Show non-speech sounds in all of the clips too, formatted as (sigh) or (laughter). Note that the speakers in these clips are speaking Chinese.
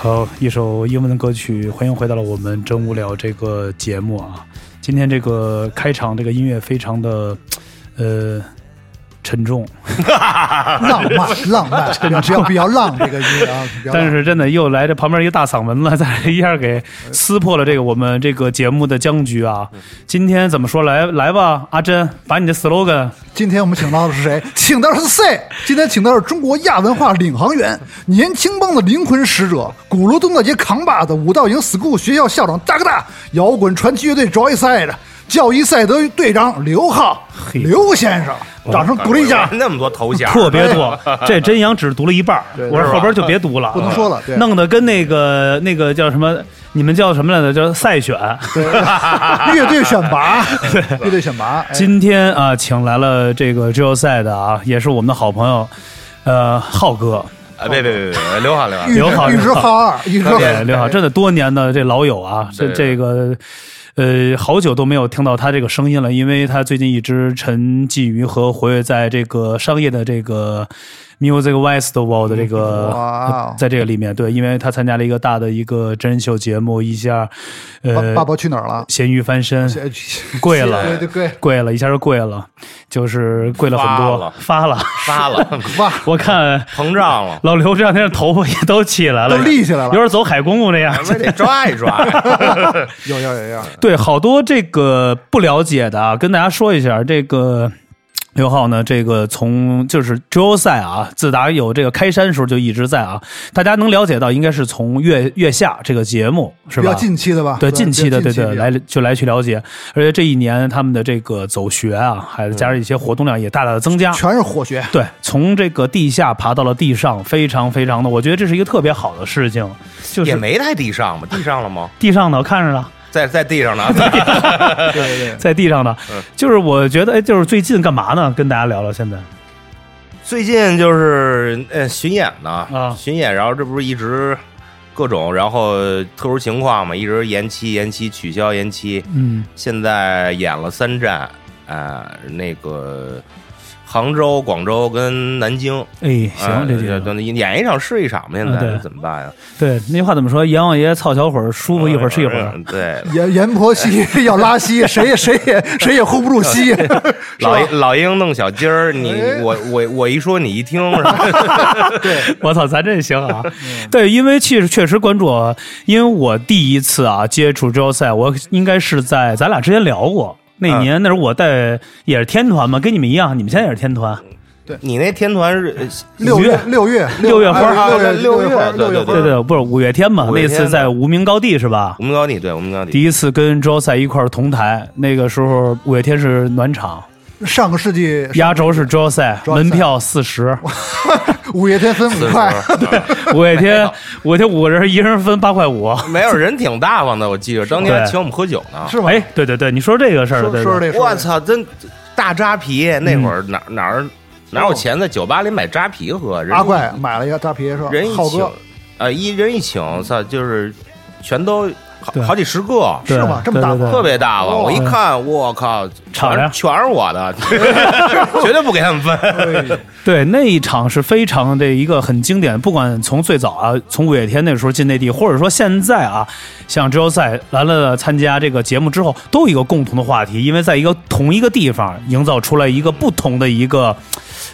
好，一首英文的歌曲，欢迎回到了我们真无聊这个节目啊。今天这个开场这个音乐非常的，呃，沉重， (laughs) 浪漫，浪漫，比较比较浪这个音乐 (laughs) 啊，比较浪但是真的又来这旁边一个大嗓门了，再一下给撕破了这个我们这个节目的僵局啊。今天怎么说来来吧，阿珍，把你的 (laughs) slogan 今天我们请到的是谁？请到的是 C。今天请到的是中国亚文化领航员、年轻帮的灵魂使者、鼓楼东大街扛把子、武道营 school 学校校长大哥大、摇滚传奇乐队 Joy Side、教一赛德队长刘浩、刘先生，掌声鼓励一下。啊那么多头衔，特别多，这真阳只读了一半儿，我说后边就别读了，不能说了对弄得跟那个那个叫什么，你们叫什么来着？叫赛选。对 (laughs) 乐队选 (laughs) 拔，乐队选拔，哎今天啊，请来了这个 j o 赛的啊，也是我们的好朋友，呃，浩哥，啊！别别别别，刘浩刘浩，预刘浩预知刘浩浩二，预知对，哎刘浩，真的多年的这老友啊，这对这个。呃，好久都没有听到他这个声音了，因为他最近一直沉寂于和活跃在这个商业的这个 Music Festival 的这个，呃哇哦在这个里面，对，因为他参加了一个大的一个真人秀节目，一下，呃，爸爸去哪儿 (laughs) 了？咸鱼翻身，贵了，对对对，贵了一下就贵了，就是贵了很多，发了。 (laughs) 发了，哇，我看膨胀了，老刘这两天头发也都起来了，都立起来了有点走海公公那样。咱们得抓一抓。有有有有， (laughs) 对，好多这个不了解的啊，跟大家说一下这个。刘浩呢？这个从就是周赛啊，自打有这个开山时候就一直在啊，大家能了解到，应该是从月月下这个节目是比吧？较近期的吧？对比较近期的，对对，比较来就来去了解，而且这一年他们的这个走学啊，还加上一些活动量也大大的增加，嗯全是 (laughs) 火学。对，从这个地下爬到了地上，非常非常的，我觉得这是一个特别好的事情，就也是没在地上吧？地上了吗？地上呢，我看着呢，在在地 (laughs) 上呢，对对对，在地上呢，就是我觉得，哎，就是最近干嘛呢？跟大家聊聊现在，最近就是呃巡演呢，啊巡演，然后这不是一直各种，然后特殊情况嘛，一直延期、延期、取消、延期，嗯，现在演了三站，啊、那个杭州、广州跟南京，哎，啊行，这几个，等演一场是一场嘛，现嗯对在怎么办啊呀？对，那句话怎么说？阎王爷操小伙儿，舒服一会儿是一会儿，嗯。 (laughs) (laughs) 对，阎阎婆惜要拉稀，谁也谁也谁也 hold 不住 (laughs) 稀。老老鹰弄小鸡儿，你哎我我我一说你一听，是吧 (laughs) 我操，咱这行啊！对，因为确实确实关注啊，因为我第一次啊接触周赛，我应该是在咱俩之前聊过。那年那时候我在也是天团嘛，跟你们一样，你们现在也是天团，你那天团是呃六月六月六月花哎啊六月六月月花对六月花对对，不是五月天嘛？五那月天次在无名高地是吧我？们高地，对我们高地，第一次跟周赛一块儿同台，那个时候五月天是暖场，上个世纪压轴是周赛，周赛门票四十，五月天分四五十块，五月天五月天五个人一人分八块五。没有人挺大方的，我记着当天还对请我们喝酒呢。是吧？哎，对对对，你说这个事儿，说对说说对，这事我儿，操，真大扎啤，那嗯会儿哪哪儿哪有钱在酒吧里买扎啤喝？人哦阿怪买了一个扎啤是吧人一？浩请哥，呃一人一请，操，就是全都好对嗯好几十个。对是吗这么大对对对特别大方，哦我一看，我靠，敞全亮是全是我的， (laughs) 绝对不给他们分。哎对，那一场是非常的一个很经典，不管从最早啊，从五月天那时候进内地，或者说现在啊，像周赛来了参加这个节目之后，都有一个共同的话题，因为在一个同一个地方营造出来一个不同的一个。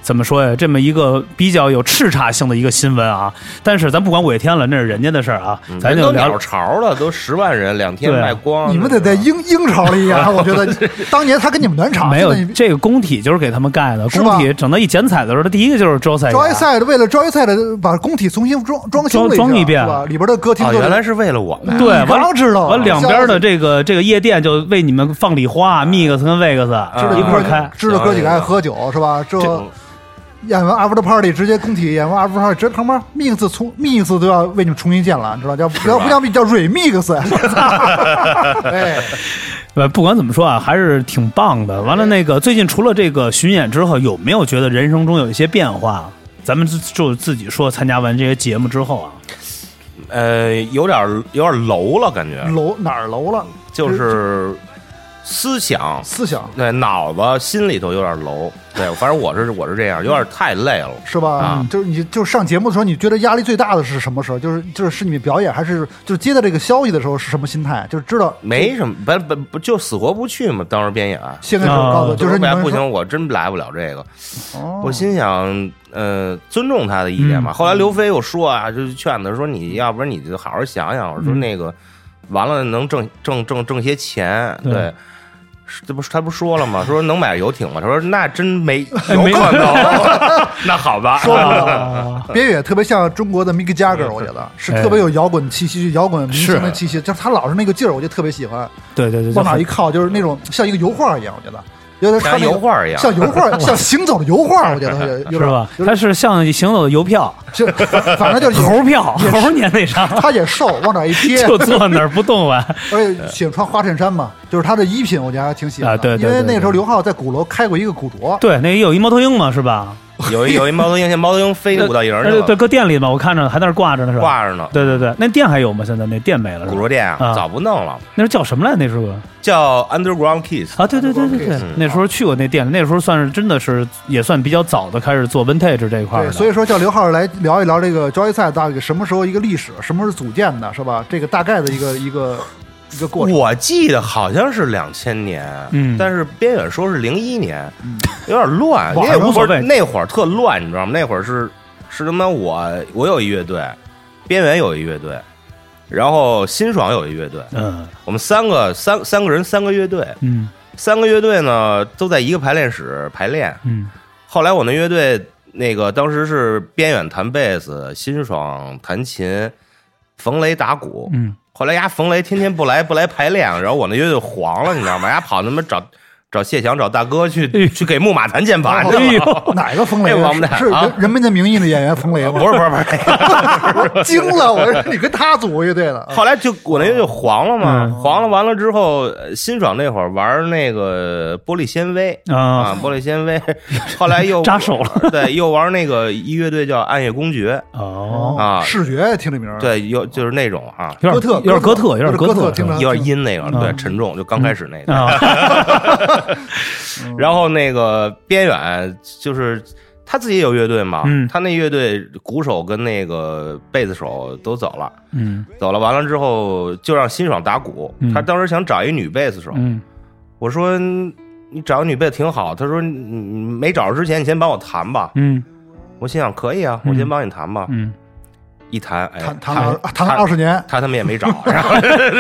怎么说呀？这么一个比较有叱咤性的一个新闻啊，但是咱不管五月天了，那是人家的事儿啊，咱人就都聊鸟巢了，都十万人，两天对卖光。你们得在英英朝里啊！我觉得 (laughs) 当年他跟你们暖场没有现在你这个工体就是给他们盖的，是吧工体整到一剪彩的时候，他第一个就是周赛，啊招一赛的为了招一赛的把工体重新装装修装了下装一遍哦是吧？里边的歌厅啊，都原来是为了我们。对，哎你完刚知道啊完两边的这个这个夜店就为你们放礼花、mix 跟 vex 知道一块儿开。知道哥几个爱喝酒是吧？这这演完 After Party 直接工体演完 After Party 直接他妈 mix 重 mix 都要为你们重新建了，你知道叫不要不叫 (laughs) 叫 remix，哎，呃，不管怎么说啊，还是挺棒的。完了，那个最近除了这个巡演之后，有没有觉得人生中有一些变化？咱们自就自己说，参加完这些节目之后啊，呃，有点儿有点儿楼了，感觉楼哪儿楼了？就是思想思想对脑子心里头有点楼，对，反正我是我是这样，有点太累了。是吧？啊就是你就是上节目的时候，你觉得压力最大的是什么时候？就是就是是你们表演，还是就是接到这个消息的时候是什么心态？就是知道没什么，不不不，就死活不去嘛。当时编演，现在这种啊告诉，就是说你白们不说，行，我真来不了这个。哦我心想，呃，尊重他的意见吧。嗯后来刘飞又说啊，就是劝他说，你要不然你就好好想想。我嗯说那个，完了能挣挣挣挣些钱，对对。是这不是他不说了 (laughs) 吗？说能买游艇吗？他说那真没有没可 (laughs) 能。那好吧，说不啊了，啊边远特别像中国的 Mick Jagger，我觉嗯得是特哎别有摇滚气息、摇滚明星的气息，就是他老是那个劲儿，我就特别喜欢。对对对，往哪就一靠，就是那种像一个油画一样，我觉得有点他像那个油画一样，像油 (laughs) 画，像行走的油画，我觉得有有是点吧？它有点是像行走的邮票、 (laughs) 就反反正就是猴票、也是猴年那 (laughs) 啥，他也瘦，往哪一贴，就坐那儿不动啊。而且喜欢穿花衬衫嘛，就是他的衣品，我觉得还挺喜欢的。啊对对因为对那时候对刘浩在鼓楼开过一个古着，对，那有一猫头鹰嘛，是吧？(laughs) 有一有一猫头鹰，现在猫头鹰飞呃舞蹈营去呃对，了，搁店里嘛，我看着还在那儿挂着呢，是吧？挂着呢。对对对，那店还有吗？现在那店没了是古吧？着店啊啊早不弄了，那时候叫什么来？那时候叫 Underground Kiss。啊，对对对对对嗯，那时候去过那店，那时候算是真的是也算比较早的开始做 vintage 这一块儿对，的。所以说叫刘浩来聊一聊这个交易赛大概什么时候一个历史，什么是组建的，是吧？这个大概的一个一个一个过程。我记得好像是两千年，嗯但是边远说是零一年，有点 (laughs) 乱。网上那无所会儿谓那会儿特乱，你知道吗？那会儿是是他妈我我有一乐队，边缘有一乐队，然后辛爽有一乐队，嗯我们三个三三个人三个乐队，嗯三个乐队呢都在一个排练室排练。嗯后来我那乐队那个当时是边远弹贝斯，辛爽弹琴，冯雷打鼓，嗯，后来丫冯雷天天不来不来排练，然后我那乐队黄了，你知道吗？丫跑他妈找找谢翔找大哥去、哎呦去给木马弹键盘去 (laughs) 哎了。呦， (laughs) 哪个冯雷哎啊？王八蛋是是啊人人民的名义的演员冯 (laughs) 雷吗？不是不是不是，哎惊了， (laughs) 我说你跟他组过乐队了。后来就我那乐队黄了嘛，嗯黄了完了之后，呃辛爽那会儿玩那个玻璃纤维啊啊，玻璃纤维， (laughs) 后来又扎手了，对，又玩那个一乐队叫暗夜公爵，哦，啊视觉听这名儿，对，有就是那种啊，有点哥特，有点哥特，有点哥特，听着有点阴那个，对，嗯沉重，就刚开始那个，啊，嗯然后那个边远就是他自己也有乐队嘛，嗯他那乐队鼓手跟那个贝斯手都走了，嗯走了完了之后就让辛爽打鼓，嗯他当时想找一女贝斯手，嗯我说你找个女贝斯挺好，他说你你没找着之前你先帮我弹吧，嗯我心想可以啊，嗯我先帮你弹吧，嗯，一弹哎谈谈他了谈了二十年，他他们也没找，(laughs) 然后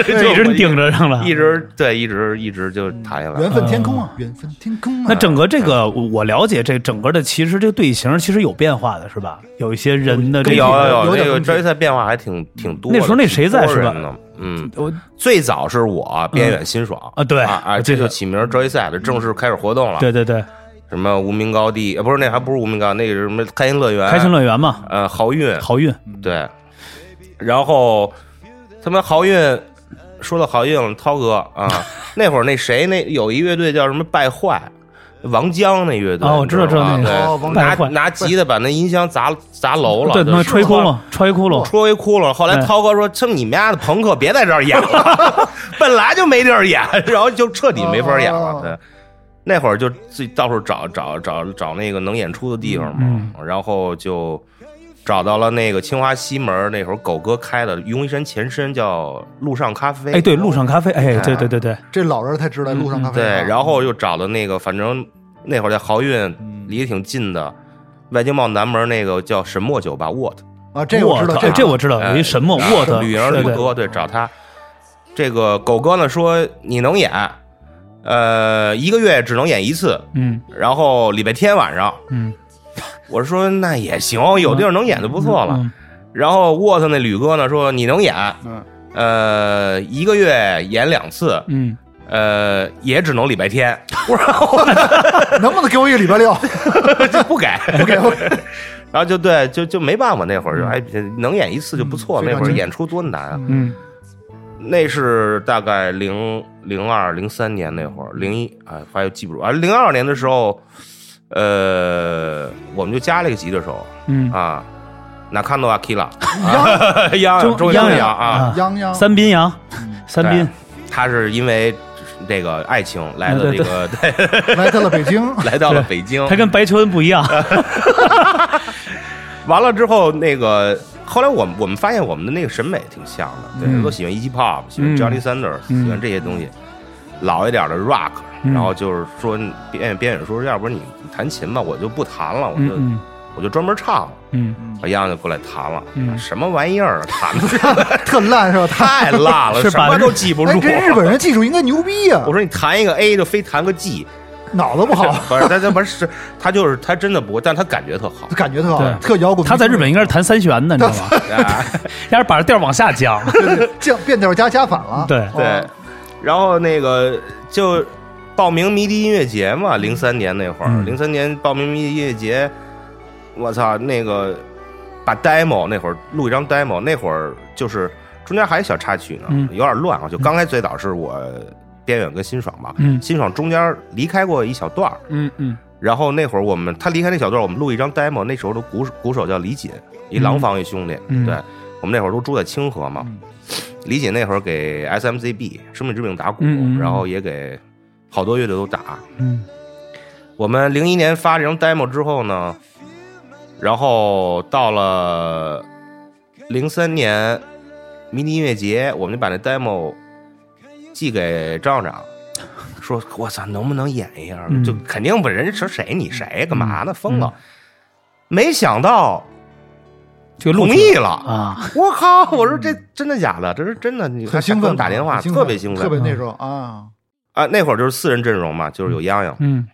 就就一直顶着上了一。直对一直一直就弹下来缘了。分天空啊，缘分天空啊。那整个这个我了解，这整个的其实这个队形其实有变化的是吧？有一些人的这有个，有有点那个东西专业赛变化还挺挺多的。那时候那谁在挺多是吧人的？嗯，我最早是我边远辛爽啊对啊，啊我这记得就起名儿交易赛的正式开始活动了。对，对对，什么无名高地，呃，不是那还不是无名高地，那个是什么开心乐园，开心乐园嗯嘛，呃豪运好运，对，然后他们豪运。说到豪运了，涛哥 (laughs) 啊，那会儿那谁那有一乐队叫什么败坏，王江那乐队哦我你知道知吧知道那个哦对，王拿败坏拿吉他把那音箱砸砸楼了，对，那就是吹窟窿，吹窟窿，戳一窟窿。后来对涛哥说：“这你们家的朋克别在这儿 (laughs) 演了，本来就没地儿演，然后就彻底没法演了哦。”对，那会儿就自己到处找找找找那个能演出的地方嘛，嗯然后就找到了那个清华西门那会儿狗哥开的云龙山前身叫路上咖啡。哎，对，路上咖啡，哎，对对对对，这老人才知道路上咖啡嗯对，哎啊。然后又找的那个，反正那会儿在豪运嗯离得挺近的。外经贸南门那个叫神墨酒吧，What？啊，这个我知道，哎这这我知道，有一什么沃特，旅对游什么对，哥，对，找他。这个狗哥呢说你能演，呃，一个月只能演一次，嗯然后礼拜天晚上，嗯，我说那也行，有地儿能演就不错了。嗯然后沃特那吕哥呢说你能演，嗯呃，一个月演两次，嗯呃，也只能礼拜天， (laughs) 能不能给我一个礼拜六？就不改不改不改。 (laughs) 然后就对，就就没办法，那会儿就哎，能演一次就不错。嗯非那常会儿精演出多难啊！嗯那是大概零零二零三年那会儿，零一哎，发现记不住啊。零二年的时候，呃，我们就加了一个吉他手嗯，啊，那看到阿 k i l (laughs) a 央中中央央洋啊，泱泱嗯三宾阳，嗯三宾，他是因为这个爱情来的嗯对这个，对，来到了北京， (laughs) 来到了北京。他跟白求恩不一样，完了之后，那个后来我们我们发现我们的那个审美挺像的，对，嗯都喜欢 E.G. Pop，喜欢嗯 Johnny Sanders，、嗯喜欢这些东西，老一点的 Rock，、嗯然后就是说边边远说，要不然你弹琴吧，我就不弹了，我就、嗯我就专门唱。嗯我样就过来弹了，嗯什么玩意儿啊，弹的特烂是吧？他太烂了， (laughs) 是什把么日都记不哎住。，这日本人技术应该牛逼呀 (laughs) 我，说你弹一个 A 就非弹个 G，脑子不 (laughs) 好，不是他他不是他就是他真的不，但他感觉特好感觉特好，对特摇滚。他在日本应该是弹三弦的，你知道 (laughs) 吗？啊。要是把这调往下 (laughs) 降，对对降变调加加反了，对对，然后那个就报名迷笛音乐节嘛，零三年那会儿，嗯零三、年报名迷笛音乐节，我操，那个把 demo 那会儿录一张 demo，那会儿就是中间还有一小插曲呢，嗯有点乱啊。就刚开最早是我边远跟辛爽嘛，嗯辛爽中间离开过一小段儿嗯嗯然后那会儿我们他离开那小段儿，我们录一张 demo。那时候的鼓手鼓手叫李锦，一廊坊一兄弟。嗯对，我们那会儿都住在清河嘛。李锦那会儿给 SMZB 生命之命打鼓，嗯嗯嗯然后也给好多乐队都打。嗯我们零一年发这张 demo 之后呢，然后到了零三年迷笛音乐节，我们就把那 demo 寄给张校长，说：“我操，能不能演一下？”嗯就肯定不，人家说谁你谁呀干嘛呢？疯了！没想到就录同取意了。啊，我靠！我说这真的假的？这是真的？你还很兴给我奋，们打电话，很特别兴奋，嗯特别那时候啊，啊！那会儿就是四人阵容嘛，就是有洋洋、嗯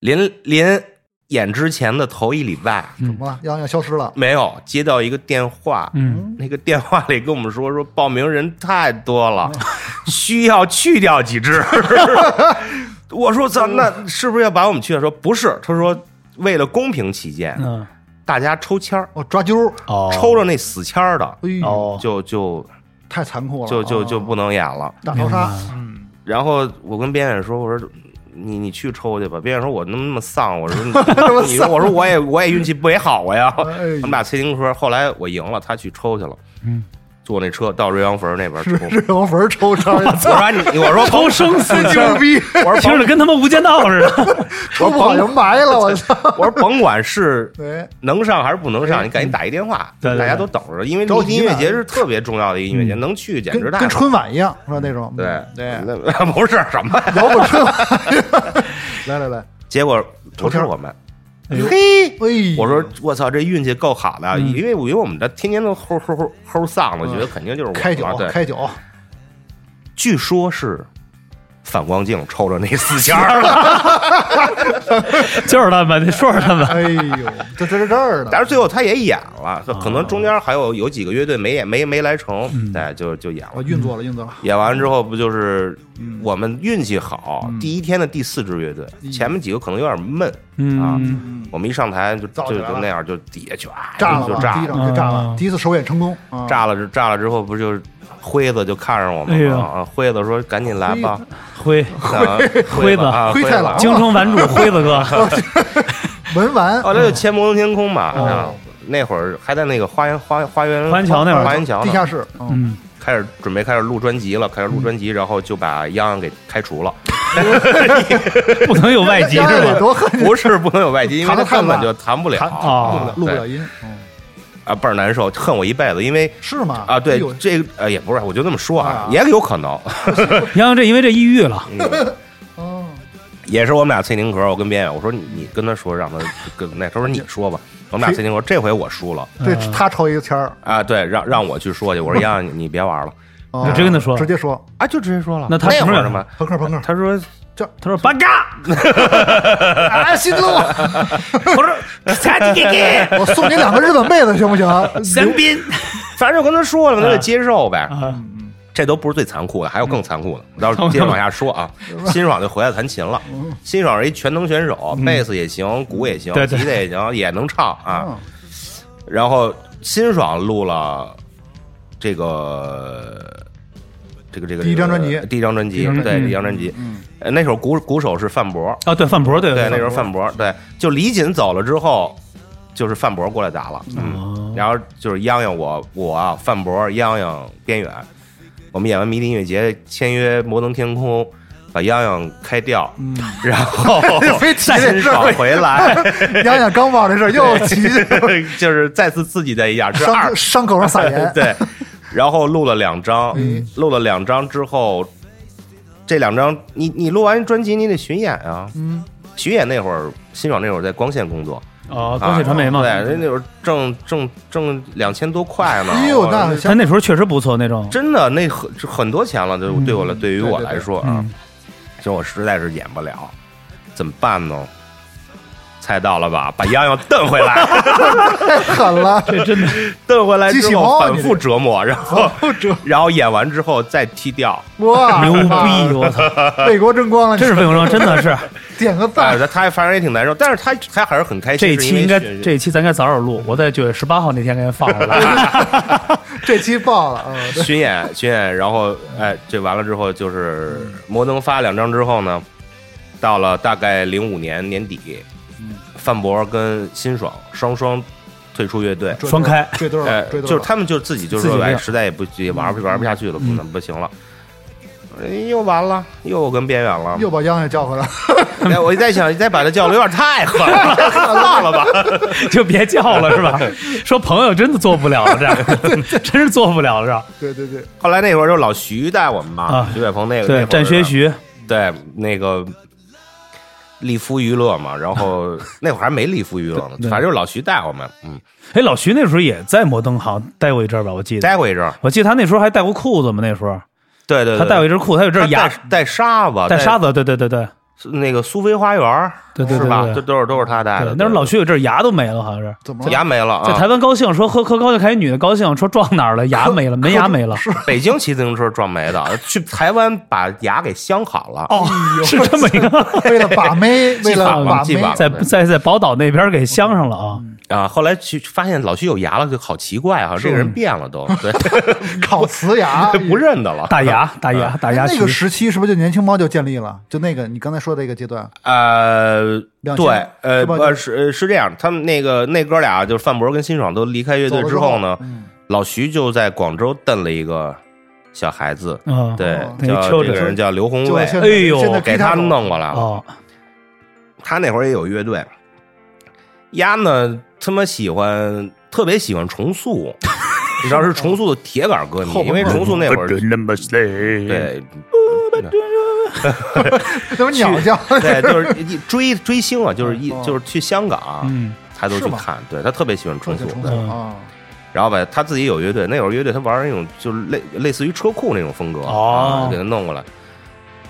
临临演之前的头一礼拜，怎么了？洋洋消失了，没有接到一个电话，嗯那个电话里跟我们说说报名人太多了，嗯需要去掉几只。我说嗯咱那是不是要把我们去掉？说不是，他说为了公平起见， (laughs) 嗯大家抽签儿，哦，抓阄，哦抽着那死签儿的哎呦，哦就就太残酷了，就就啊就不能演了。大逃杀，嗯然后我跟边远说，我说。你你去抽去吧，边远说我那么那么丧，我说 (laughs) 你么你说我说我也我也运气不也好啊呀，哎我们俩骑自行车，后来我赢了，他去抽去了，嗯，坐那车到瑞阳坟那边抽。日王坟 (laughs) 抽抽，我说你，我说抽生死牛签，逼，我说听着甭跟他妈《无间道》似的。 (laughs) 抽不好就埋了，我操！ (laughs) 我说甭管是对，能上还是不能哎上，你赶紧打一电话，对对大家都等着，因为着急音呢乐节是特别重要的一个音乐节，能去简跟直太跟好。春晚一样，是吧？那种，嗯对对，那 (laughs) 不是什么呀？摇滚春 (laughs) 晚，来来来，结果抽不签是儿我们，嘿，哎，我说我操，这运气够好的，嗯因为我因为我们这天天都齁齁齁齁丧的，嗯觉得肯定就是我开酒啊嘛啊对，开酒，据说是反光镜抽着那四签 (laughs) 儿了，就是他们，你说说他们。哎呦，这这是这儿但的，是最后他也演了，哦可能中间还有有几个乐队没演没没来成，嗯对，就就演了我。运作了，运作了，演完之后不就是嗯我们运气好，第一天的第四支乐队，前面几个可能有点闷啊嗯，我们一上台就就燥起来了就那样，就底下全炸了就吧？炸第一了，场就炸了嗯，第一次首演成功，啊炸了之炸了之后不就是辉子就看上我哎们呦了啊？辉子说赶紧来吧，灰啊辉子啊辉辉太郎京城顽主辉子 (laughs) 哥，文玩后来哦就签《摩登天空》嘛，啊哦那会儿还在那个花园花花园花园桥那会儿花园桥呢地下室，嗯，嗯，开始准备开始录专辑了，开始录专辑，然后就把央央给开 (laughs) 除了。 (laughs) 不能有 (laughs) 外籍央央是得啊吧？多狠，不是不能有外籍，因为弹得他根太本烂就弹不了，弹啊录不对了音，嗯啊，倍儿难受，恨我一辈子，因为是吗？啊，哎对呦这个呃也不是，我就这么说啊，啊也有可能，杨洋这因为这抑郁了，哦， (laughs) 也是我们俩脆宁壳，我跟边远我说你你跟他说让他跟那，他说你说吧，我们俩脆宁壳，这回我输了对嗯他抽一个签儿，啊，对，让让我去说去，我说洋洋你你别玩了啊你直接跟他说直接说，啊，就直接说了，那他那承会认儿嘛，朋克朋克，他说他说八嘎，啊，新路，我 (laughs) 说啥给给 (laughs) 我送你两个日本妹子行不行？神兵反正就跟他说了，他啊就接受呗， (laughs) 啊，这都不是最残酷的，还有更残酷的。嗯到时候接着往下 (laughs) 说啊。辛爽就回来弹琴了，辛爽是一全能选手，贝斯也行，鼓也行，嗯对吉对他也行，也能唱啊。然后辛爽录了这个这个这个第一张专辑这个第一张专辑，张专对，辑第一张专辑。嗯呃那时候鼓鼓手是范博，啊，对，范博，对对，那时候范博，对，就李锦走了之后，就是范博过来打了，嗯，然后就是泱泱我我啊范博泱泱边远，我们演完迷笛音乐节签约摩登天空，把泱泱开掉，嗯然后非提这辛事儿爽回来， (laughs) 杨洋刚忘这事儿又提，就是再次刺激他 (laughs) 一下，是二伤伤口上撒 (laughs) 盐。对，然后录了两张，录了两张之后，这两张你你录完专辑你得巡演啊，嗯，巡演那会儿，辛爽那会儿在光线工作，哦，光线传媒嘛，啊对，那那会儿挣挣挣两千多块呢。哎呦，我那他像那时候确实不错那种，真的那很很多钱了，对对我来对于我来说啊，嗯，其实我实在是演不了，怎么办呢？猜到了吧？把洋洋蹬回来， (laughs) 太狠了，这真的蹬回来机器之猫后啊反复折磨，然后这然后演完之后再踢掉。哇，牛逼，我 (laughs) 操，为国争光了，真是费永正，真的是点个 (laughs) 赞。哎，他他反正也挺难受，但是他他还是很开心。这一期应该是因为这一期咱该早点录，我在九月十八号那天给它放出 (laughs) 来，这期爆了，嗯，对巡演巡演，然后哎，这完了之后就是摩登发两张之后呢，到了大概零五年年底，嗯范博跟辛爽双双退出乐队，双开追对了，，哎追对就是了，他们就自己就自说己哎，练实在也不也玩嗯不玩不下去了，不能不行了。哎又完了，又跟边缘了。又把杨洋叫回来了， (laughs) 哎，我在想，再把他叫的有点太狠了， (laughs) 算了吧。 (laughs) 就别叫了是吧？说朋友真的做不了了，这 (laughs) 样真是做不了了，是吧？对对对，后来那会儿就是老徐带我们嘛啊，徐伟鹏那个那对，会儿战是靴徐，对，那个利夫娱乐嘛，(laughs) 然后那会儿还没利夫娱乐呢，对反正就是老徐带我们，嗯，哎，老徐那时候也在摩登好像待过一阵儿吧，我记得，待过一阵儿，我记得他那时候还带过裤子嘛，那时候对对对，他带过一阵只裤，他有一只带啊牙带沙子，带沙子，对对对对子，那个苏菲花园儿，对对对是吧？对这都是都是他带的对，，那时候老徐有一阵儿牙都没了，好像是。怎么对了？牙没了在啊 (laughs) 台，湾高兴，说喝喝高兴，看一女的高兴，说撞哪儿了，牙没了，门牙没了，北京骑自行车撞没的， (laughs) 去台湾把牙给镶好了，哦， (laughs) 是这么一个， (laughs) 为了把 (laughs) 妹，为了把记妹反，了在在在宝岛那边给镶上了啊，啊，后来去发现老徐有牙了，就好奇怪啊，这个人变了都， (laughs) 对，，烤瓷牙不认得了，大牙嗯大牙大哎牙那区，个时期是不是就年轻猫就建立了？就那个你刚才说的一个阶段，呃，两千对，呃，是吧不是呃是这样，他们那个那哥俩就是范博跟辛爽都离开乐队之后呢，嗯老徐就在广州蹬了一个小孩子，嗯，对，那叫丘这陵个人叫刘宏哦就卫，现哎在呦现在给 P 他大手弄过来了。哦，他那会儿也有乐队，丫呢他妈喜欢，特别喜欢重塑，你知道是重塑的铁杆歌 (laughs) 哦迷，因为重塑那会儿对。怎么鸟叫？对，就是一追追星啊，就是一就是去香港，嗯，他都哦是去吗看，对他特别喜欢重重塑庆，重对庆啊，然后吧，他自己有乐队，那会儿乐队他玩那种就是类类似于车库那种风格，哦啊给他弄过来，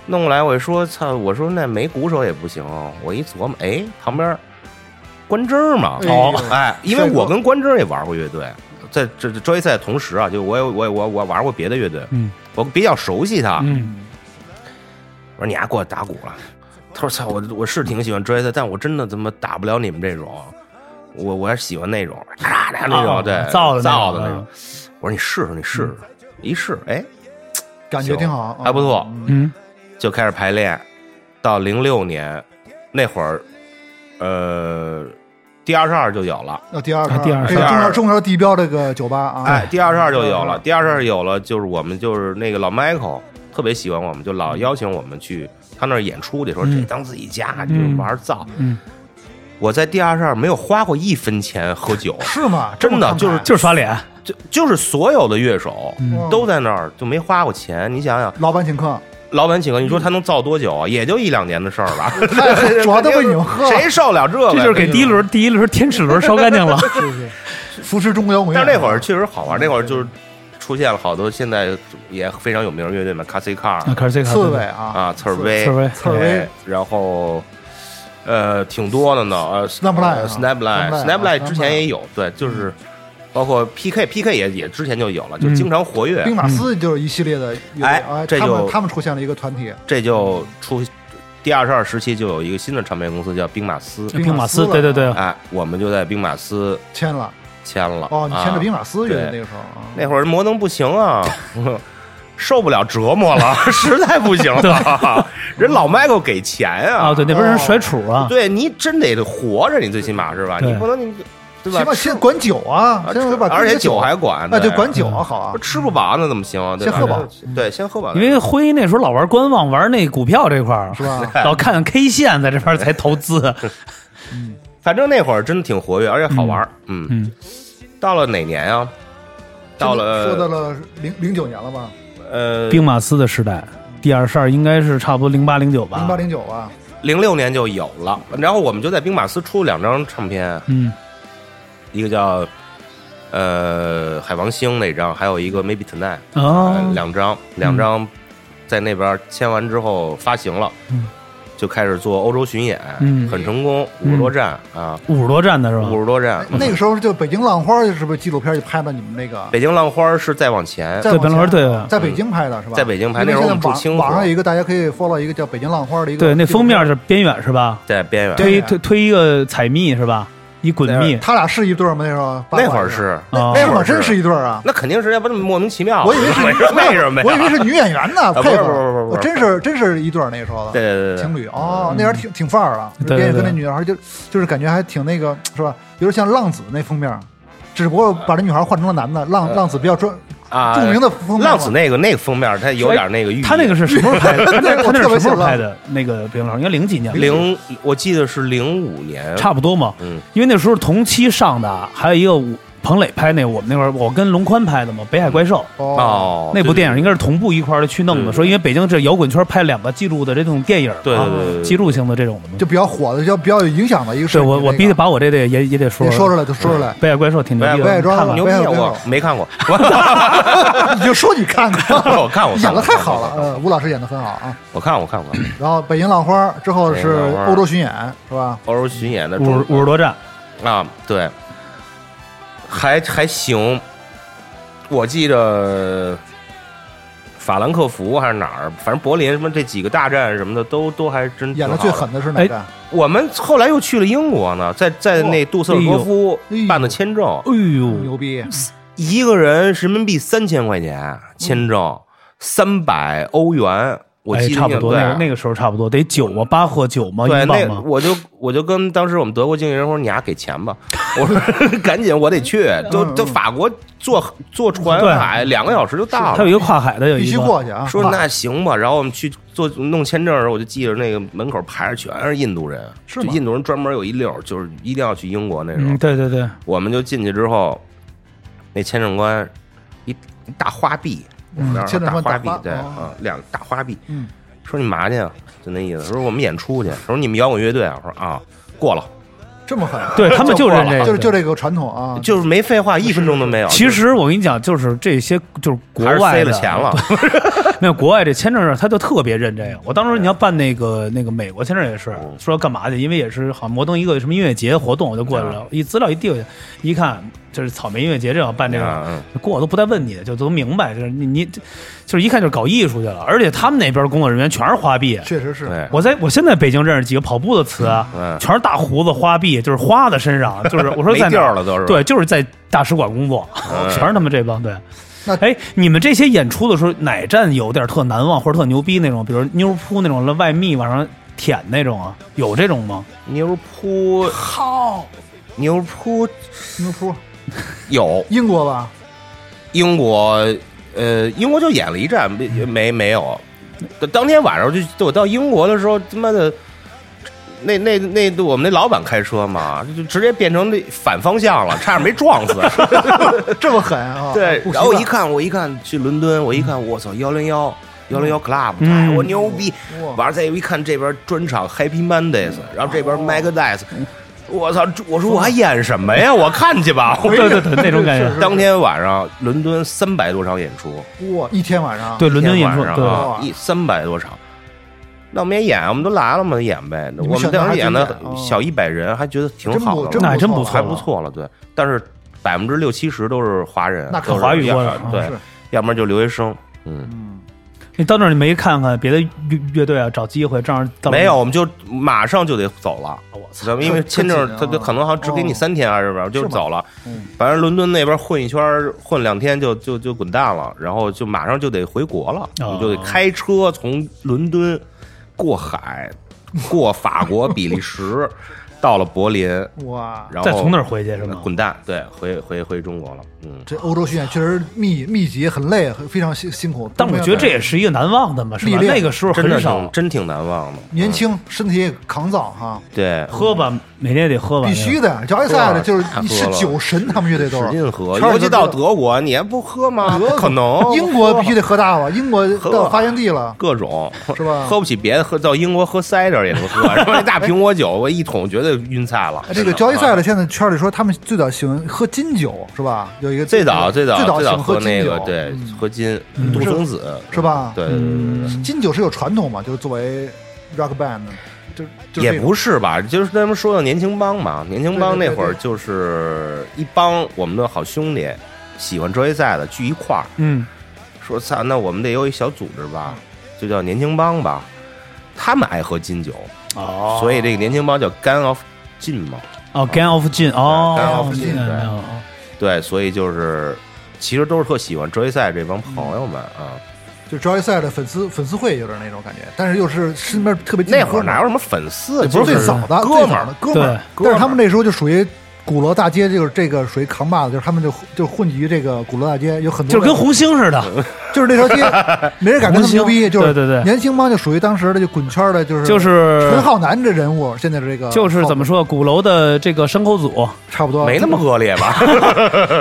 弄过来我一说操，我说那没鼓手也不行，我一琢磨，哎，旁边关真儿嘛，哎呦哎，因为帅哥我跟关真儿也玩过乐队，在这这专业赛同时啊，就我也我也我我玩过别的乐队，嗯我比较熟悉他，嗯，我说你丫给我打鼓了。他说操，我我是挺喜欢 d r 但我真的他妈打不了你们这种，我我还喜欢那种，咔嚓那种，哦对，造的那种造的那种嗯。我说你试试，你试试，一试，哎，感觉挺好，啊还不错，嗯，哎就开始排练。到零六年那会儿，呃，第二十二就有了，那第二个，啊第二个这个中第二条个中条地标这个酒吧啊，，哎，，第二十二就有了，第二十二有了，就是我们就是那个老 Michael 特别喜欢我们，就老邀请我们去他那儿演出去，说这嗯当自己家，嗯就玩儿造。嗯，我在第二十二没有花过一分钱喝 (laughs) 酒是吗？真的这么慷就慨就是刷脸，就就是所有的乐手嗯都在那儿就没花过钱。你想想，老板请客，老板请客，你说他能造多久啊？也就一两年的事儿吧， (laughs) 主要都被你们喝了谁受了这个？这就是给第一。轮第一轮天齿轮烧干净了， (laughs) 是是， (laughs) 扶持中国摇滚乐。但是那会儿确实好玩，那会儿就是出现了好多现在也非常有名的乐队嘛 c a s s i Car 可是这个刺猬啊，啊，刺儿威，刺猬刺儿威哎然后。呃，挺多的呢，呃呃 Snapline 啊 Snapline，Snapline Snapline 啊之前也有，对，就是包括 PK PK 也也之前就有了，就经常活跃，兵嗯嗯马司就是一系列的乐队，哎哎，这他们就他们出现了一个团体，这就出第二十二时期就有一个新的唱片公司叫兵马司，兵马司，了对对对，哎，我们就在兵马司签了。签了。哦，你签啊的兵马司乐队对那个时候啊，那会儿摩登不行啊，受不了折磨了， (laughs) 实在不行了。人老 Michael 给钱啊，啊，对，那边人甩杵啊，对你真得活着，你最起码是吧？对你不能你对起吧码？先管酒啊，啊先把而且酒酒还管啊，对对，管酒啊，好啊不，吃不饱那怎么行啊？对吧先喝饱，对，先喝饱。因为辉那时候老玩观望，玩那股票这块儿是？吧？ (laughs) 老看 K 线，在这边才投资。反正那会儿真的挺活跃，而且好玩儿。嗯嗯，到了哪年啊？ (laughs) 到说到了了零零九年了吧，呃兵马司的时代，第二十二应该是差不多零八零九吧。零八零九啊吧，零六年就有了，然后我们就在兵马司出两张唱片，嗯一个叫呃海王星那张，还有一个 Maybe Tonight，、呃哦，两嗯张两张在那边签完之后发行了，嗯就开始做欧洲巡演，嗯很成功，五十多站、啊，五十多站的是吧？五十多站。嗯那个时候就北京浪花是不是纪录片就拍的你们那个？北京浪花是再往前，在对，本轮对吧？在北京拍的是吧？在北京拍那时因候为我现们在住网清网河上有一个大家可以 follow 一个叫《北京浪花》的一个对，那纪录封面片是边缘是吧？在边缘。推对推推一个彩蜜是吧？一滚蜜他俩是一对儿吗？那时候八那卦会儿的是，啊那会儿真是一对哎儿啊！那肯定是要不然莫名其妙。我以为是为为什么呀？啊我以为是女演员呢，不配是合不是不是不是我真是真是一对儿那时候的对对对对情侣哦，那时候挺挺范儿啊，嗯对对边也跟那对女孩就就是感觉还挺那个是吧？有点像浪子那封面，只不过把这女孩换成了男的，浪浪子比较专呃啊，著名的哎封面嘛浪子那个那个封面，它有点那个寓意。他那个是什么时候拍 (laughs) 的？他那我他那特别是什么时想候到拍的？那个冰老师应该零几年吧，零，我记得是零五年，差不多嘛。嗯，因为那时候同期上的还有一个我彭磊拍那，我们那会儿我跟龙宽拍的嘛，《北海怪兽》哦，哦，那部电影影应该是同步一块儿去弄的，嗯说因为北京这摇滚圈拍两个记录的这种电影，对对对对啊对记录型的这种的嘛。就比较火的，就比较有影响的一个事对情。我我那个必须把我这得也也得说得说出来，就说出 (laughs) 来，北海怪兽挺牛逼的，北海怪兽看看 (laughs) 牛北逼海啊，怪兽我 (laughs) 没看过，你就说你看 (laughs) 看，我看我演的太好了，看呃，吴老师演的很好啊。我看我看过然后《北京浪花》之后是北京浪花欧洲巡演是吧？欧洲巡演的五十五十多站，啊，对，还还行，我记得。法兰克福还是哪儿，反正柏林什么这几个大战什么的都都还真演的最挺好狠的是哪哎个？我们后来又去了英国呢，在在那杜塞尔多夫哎呦办的签证，哎呦，牛逼！一个人人民币三千块钱签证，三百欧元，我哎，记得差不多，对啊那个那个时候差不多得九啊，八或九哦嘛，对，英镑那嘛。我就我就跟当时我们德国经纪人说：“你丫给钱吧！”我说：“ (laughs) 赶紧，我得去。都”嗯都法国坐坐船对海两个小时就到它有了。一个跨海的，有必一须个过去啊！说啊那行吧，然后我们去做弄签证的时候，我就记着那个门口排着全是印度人，是就吗印度人专门有一溜儿，就是一定要去英国那种嗯，。对对 (laughs) 对，我们就进去之后，那签证官一一大花臂，我们那儿签证大官花大臂花，对，哦啊，两大花臂，嗯，说你嘛去啊？就那意思，说我们演出去，说你们摇滚乐队啊，我说啊，过了，这么狠啊， (laughs) 对他们就认这个，就是就这个传统啊，就是没废话，一分钟都没有。其实我跟你讲，就是这些就是国还是外塞的了钱了，没有国外这签证上，他就特别认这个。我当时你要办那个那个美国签证也是，嗯说要干嘛去？因为也是好像摩登一个什么音乐节活动，我就过去嗯了，一资料一递过去，一看就是草莓音乐节这要办这个嗯，跟我都不带问你的，就都明白，就是你你就是一看就是搞艺术去了，而且他们那边工作人员全是花臂。确实是。对，我在我现在北京认识几个跑步的词啊嗯，全是大胡子花臂，就是花在身上，就是我说没在哪地儿儿了都是。哎对，就是在大使馆工作，全是他们这帮对。那哎，你们这些演出的时候，哪站有点特难忘或者特牛逼那种？比如妞扑那种，了外密往上舔那种啊，有这种吗？牛扑好，牛扑牛扑，有英国吧，英国，呃，英国就演了一站，没没没有。当天晚上就我到英国的时候，他妈的，那那那我们那老板开车嘛，就直接变成那反方向了，差点没 (laughs) 撞死。这么狠啊！对，不然后习惯，嗯一看，我一看去伦敦，我一看，我操，幺零幺幺零幺 club，哎，嗯我牛逼！哇晚上再一看这边专场 Happy Mondays，然后这哦边 Megadeth，我嗯操，我说我还演什 (laughs) 么呀？我看去吧。对对对，那种感觉。当天晚上伦敦三百多场演出，哇，一天晚上， (laughs) 对伦敦演出一，天晚对，上啊一三百多场。那我们也演，我们都来了嘛，演呗。们我们选当的时还演真的演哦小一百人，还觉得挺真好不的，真那还真不错啊错还不错了。对，但是百分之六七十都是华人，那都是可华语要多了对啊是，要不然就留学生，嗯。你到那儿你没看看别的乐乐队啊，找机会这样到没有，我们就马上就得走了。我操咱们因为这签这证紧，啊他就可能好像只给你哦三天还是吧，就是吗走了嗯。反正伦敦那边混一圈儿，混两天就就就滚蛋了，然后就马上就得回国了，哦你就得开车从伦敦过海，过法国、比利时，到了柏林，哇，然后再从那儿回去是吗？滚蛋，对，回回回中国了。嗯，这欧洲巡演确实密密集，很累，很非常辛辛苦。但我觉得这也是一个难忘的嘛，是吧？历练那个时候真的很挺少真挺难忘的。年轻，身体也抗造哈，对，喝吧，每天也得喝吧，必须的。摇一赛的就是太喝了是酒神，他们乐队都使是劲喝，圈儿尤其就知到道德国，你还不喝吗？不可能， (laughs) 英国必须得喝大吧？英国到发源地了，各种是吧喝不起别的，喝到英国喝塞 i 也 (laughs) 能喝，然后那大苹果酒，我一桶绝对晕菜了哎。这个交易啊赛的现在圈里说，他们最早喜欢喝金酒，是吧？有一个最早最最早早最喜早欢喝那金个酒，对嗯喝金独生子是吧嗯对对对对金酒是有传统嘛，就是作为 rock band，就就对，是也这种不是吧？就是他们说的年轻帮嘛，年轻帮对那对对会儿对就是一帮我们的好兄弟，喜欢折叠赛的聚一块儿，嗯，说操，那我们得有一小组织吧，嗯就叫年轻帮吧。他们爱喝金酒，哦所以这个年轻帮叫 Gang of 劲嘛。哦，Gang of Gin，哦 Gang of Gin，嗯对哦哦对，所以就是其实都是特喜欢职业赛这帮朋友们啊。就交易赛的粉丝粉丝会有点那种感觉，但是又是身边特别那会儿哪哪有什么粉丝，不是就最早的哥们最早的儿，哥们儿，但哥们是儿他们那时候就属于鼓楼大街，就是这个属于扛把子，就是他们就就混迹于这个鼓楼大街，有很多就是跟人红星似的，就是那条 (laughs) 街，没人敢跟他们牛逼，红星就是对对对年轻帮就属于当时的就滚圈的，就是就是陈浩南这人物，现在是这个就是怎么说，鼓楼的这个牲口组，差不多没那么恶劣吧？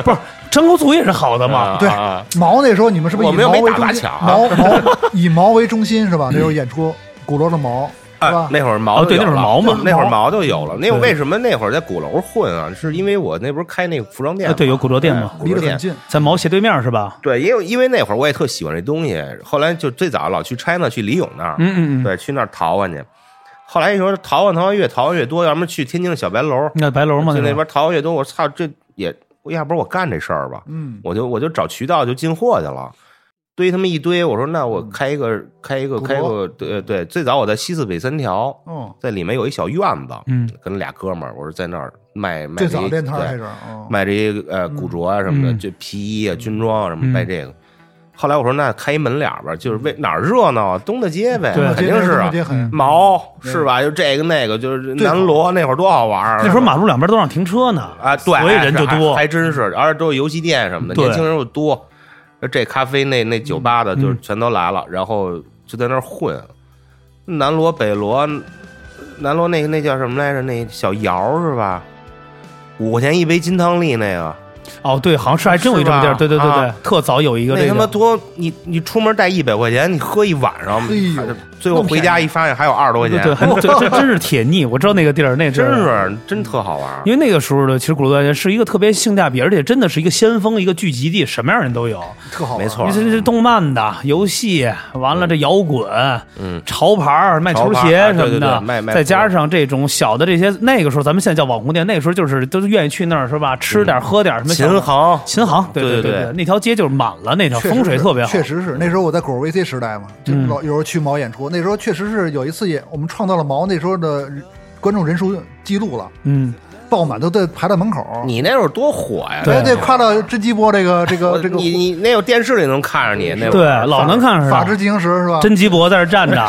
不是牲口组也是好的嘛，对啊毛那时候你们是不是我以们又毛没为打中砸心？抢啊毛毛 (laughs) 以毛为中心是吧？那时候演出鼓楼的毛是啊吧，？那会儿毛哦对就有那会儿了毛嘛那会儿毛就有了。那会对儿为什么那会儿在鼓楼混啊？是因为我那不是开那个服装啊店嘛，对有古着店嘛离对古着得很店。近，在毛斜对面是吧？对，因为因为那会儿我也特喜欢这东西，后来就最早老去 China 去李勇那儿，嗯嗯嗯，对，去那儿淘换去。后来一说淘换淘换越淘换越多，要么去天津的小白楼，那白楼嘛，就那那个边淘越多，我操，这也要不然我干这事儿吧，嗯，我就我就找渠道就进货去了，堆他们一堆，我说那我嗯开一个开一个古着开一个，对对，最早我在西四北三条，哦，在里面有一小院子，嗯，跟俩哥们儿，我说在那儿卖卖最这早一练摊儿对开始，哦卖这些呃古着啊什么的，嗯就皮衣啊、军装啊什么嗯卖这个。后来我说那开一门脸儿吧，就是为哪儿热闹啊，东大街呗，对肯定是东啊大，街嗯很毛是吧？就这个那个，就是南锣那会儿多好玩儿啊。那时候马路两边都让停车呢，啊，对，所以人就多还还真是，而且都是游戏店什么的，对年轻人又多，这咖啡那那酒吧的嗯就是全都来了，然后就在那儿混，南锣北锣，南锣那个那叫什么来着？那小窑是吧？五块钱一杯金汤力那个，哦，对，好像是还真有一种地是儿，吧对对对对啊，特早有一个那这他妈个，多，你你出门带一百块钱，你喝一晚上哎呦，最后回家一发现还有二十多块对钱，对，还对这真是铁腻，我知道那个地儿，那个地真儿。是真特好玩儿。因为那个时候的，其实鼓楼大街是一个特别性价比，而且真的是一个先锋，一个聚集地，什么样人都有。特好玩，没错你嗯这这动漫的、游戏，完了这摇滚，嗯，潮牌儿卖球潮牌鞋儿啊什么对对的对卖，卖再加服上这种小的这些，那个时候咱们现在叫网红店，那个时候就是都是愿意去那儿是吧？吃点儿喝点儿什么小琴行，琴行，对对对对对，那条街就是满了，那条确实风水是特别好，确实是那时候我在果儿 VC 时代嘛，就嗯老有时候去毛演出，那时候确实是有一次也我们创造了毛那时候的观众人数记录了，嗯，爆满都在排到门口。你那会儿多火呀！对哎，对，夸到真鸡波这个这我个这个你你那有电视里能看着你，那会对儿，老能看法上制。进行时是吧？真鸡脖在这站 (laughs) 着，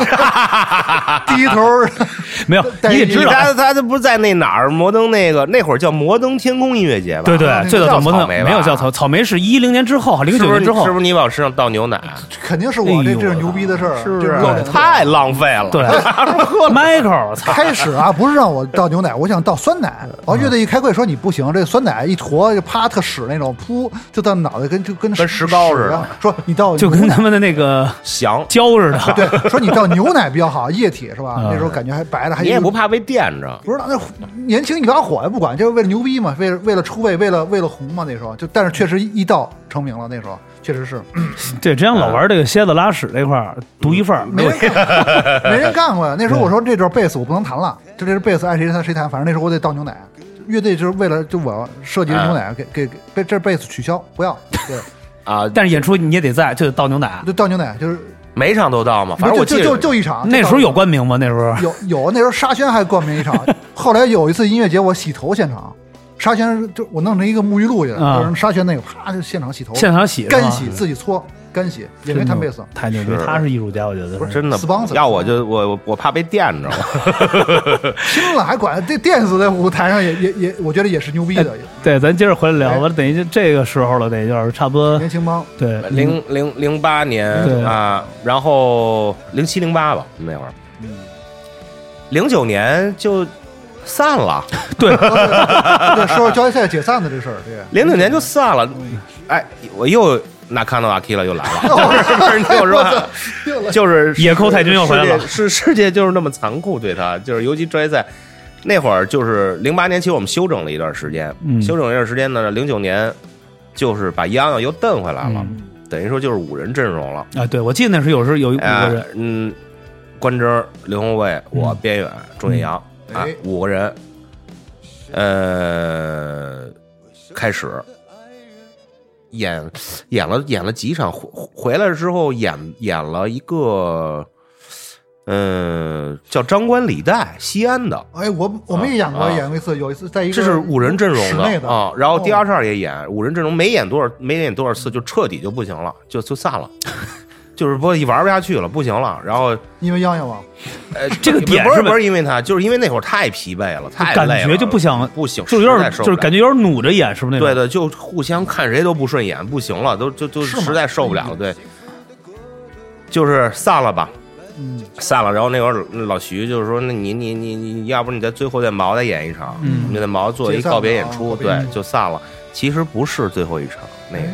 低头儿 (laughs) 没有，但你是得你知道，他他这不是在那哪儿摩登那个那会儿叫摩登天空音乐节吧？对啊那对，个最早叫怎么草莓吧没有叫草草莓是一零年之后，零是九不是年之后是不，是你往身上倒牛奶？肯定是我哎这呦啊这是牛逼的事儿，是不这是种人太浪费了？ (laughs) 对，Michael，操，开始啊，不是让我倒 (laughs) 牛奶，我想倒酸奶。然后乐队一开会说你不行，这酸奶一坨就啪特屎那种，噗就到脑袋跟就跟跟石膏似的屎啊。说你倒就跟他们的那个翔，胶似的，对，说你倒牛奶比较好，液体是吧？嗯那时候感觉还白的，还你也不怕被电着？不知道那年轻一把火也不管，就是为了牛逼嘛，为了为了出位，为了为了红嘛。那时候就，但是确实一到成名了，那时候确实是对，之前嗯老玩这个蝎子拉屎这块儿独一份儿，没人 (laughs) 干，没人干过呀。那时候我说这段贝斯我不能弹了，就这是贝斯爱谁弹谁弹，反正那时候我得倒牛奶，乐队就是为了就我设计牛啊奶，给给给被这贝斯取消，(laughs) 不要，对，啊，但是演出你也得在，就得倒牛奶。就倒牛奶，就是每场都到吗？反正我就记就就得就一场。那时就候倒有冠名吗？那时候有有那时候沙宣还冠名 (laughs) 一场，后来有一次音乐节我洗头现场，沙宣就我弄成一个沐浴露去了，啊就是沙宣那个啪就现场洗头，现场洗是吧干洗自己搓干洗，也没弹贝斯。太牛逼，是他是艺术家，我觉得不是真的 sponsor 要我就我我我怕被电 (laughs) 着，听了还管这电子在舞台上也也也，我觉得也是牛逼的，对，咱接着回来聊哎吧，等于就这个时候了，得就是差不多年轻帮。对哎嗯零零零八年对啊，然后零七零八吧那会儿，嗯零九年就散了， (laughs) (laughs) 对，说说交易赛解散的这事儿，对。零九年就散了，哎，我又那看到阿 K 了 (laughs) 又来了，是不哦是？你听 (laughs) 我说 (laughs) 啊。定了，就是野寇太君又回来了世界是世界就是那么残酷，对他就是尤其专业赛那会儿，就是零八年，其实我们休整了一段时间，嗯休整了一段时间呢，零九年就是把洋洋又蹬回来了，嗯等于说就是五人阵容了，啊，对我记得那时候有时候有五哎个人，嗯，关征、刘宏伟、我、嗯边远、钟岳阳啊哎，五个人，呃，开始。演演了演了几场，回回来之后演演了一个，嗯，叫张冠李戴，西安的，哎，我我们也演过，啊演过一次，有一次在一个这是五人阵室容内的的啊。然后哦 D 二十二也演五人阵容，没演多少没演多少次，就彻底就不行了，就就散了， (laughs) 就是不玩不下去了，不行了。然后因为泱泱嘛，呃，这个点不是是吧不是因为他，就是因为那会儿太疲惫了，太感累了觉就不想不行，就有实点在受不就是了感觉有点努着演，是不是那对种？对，就互相看谁都不顺眼，不行了，都就就是吗实在受不了了，对，就是散了吧，嗯，散了。然后那会儿老老徐就是说，那你你你你要不你在最后在毛再演一场，嗯你在毛做一解散告别演了啊出，告别对演，就散了。其实不是最后一场那哎个。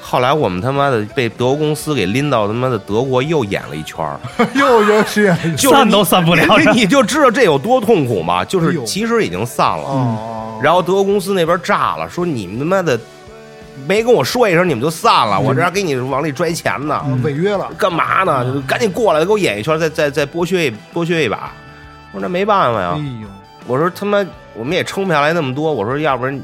后来我们他妈的被德国公司给拎到他妈的德国又演了一圈儿， (laughs) 又又去演了一次就是散你，都散不了 (laughs) 你就知道这有多痛苦嘛。就哎是呦其实已经散了，哦，嗯然后德国公司那边炸了，说你们他妈的没跟我说一声，你们就散嗯了，我这还给你往里拽钱呢，啊违约了，干嘛嗯呢？赶紧过来给我演一圈，再再再剥削一剥削一把。我说那没办法哎呀，呦，我说他妈我们也撑不下来那么多，我说要不然